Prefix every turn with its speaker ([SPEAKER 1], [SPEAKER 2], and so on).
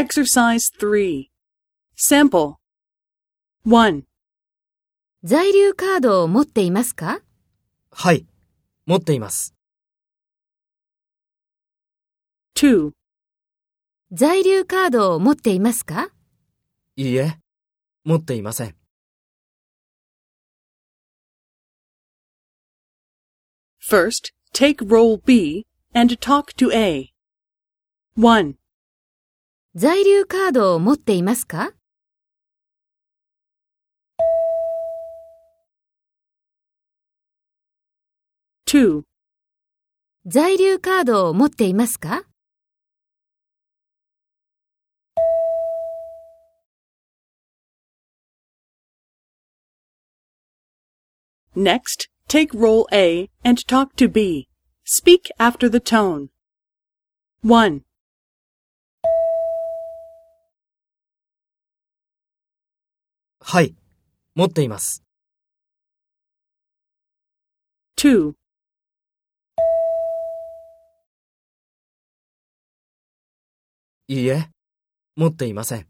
[SPEAKER 1] Exercise 3. Sample. 1.
[SPEAKER 2] 在留カードを持っていますか
[SPEAKER 3] はい、持っています。
[SPEAKER 1] 2.
[SPEAKER 2] 在留カードを持っていますか
[SPEAKER 3] いいえ、持っていません。
[SPEAKER 1] First, take role B and talk to A. 1.
[SPEAKER 2] 在留カードを持っていますか
[SPEAKER 1] 2.
[SPEAKER 2] 在留カードを持っていますか
[SPEAKER 1] Next, take role A and talk to B. Speak after the tone. 1.
[SPEAKER 3] はい、持っています。
[SPEAKER 1] 2.
[SPEAKER 3] いいえ、持っていません。